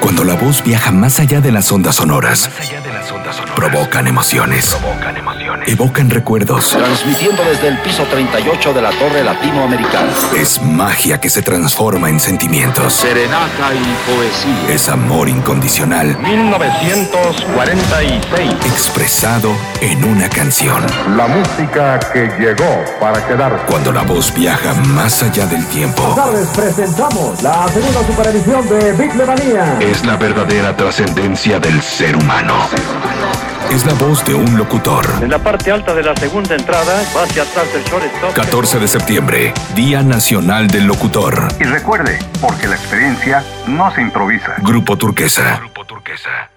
Cuando la voz viaja más allá de las ondas sonoras, provocan emociones, evocan recuerdos. Transmitiendo desde el piso 38 de la Torre Latinoamericana. Es magia que se transforma en sentimientos. Serenata y poesía. Es amor incondicional 1946. expresado en una canción. La música que llegó para quedarse. Cuando la voz viaja más allá del tiempo, tardes presentamos la segunda superedición de Biclemanía. es la verdadera trascendencia del ser humano. es la voz de un locutor. En la parte alta de la segunda entrada, va hacia atrás del shortstop. 14 de septiembre, Día Nacional del Locutor. Y recuerde, porque la experiencia no se improvisa. Grupo Turquesa. Grupo Turquesa.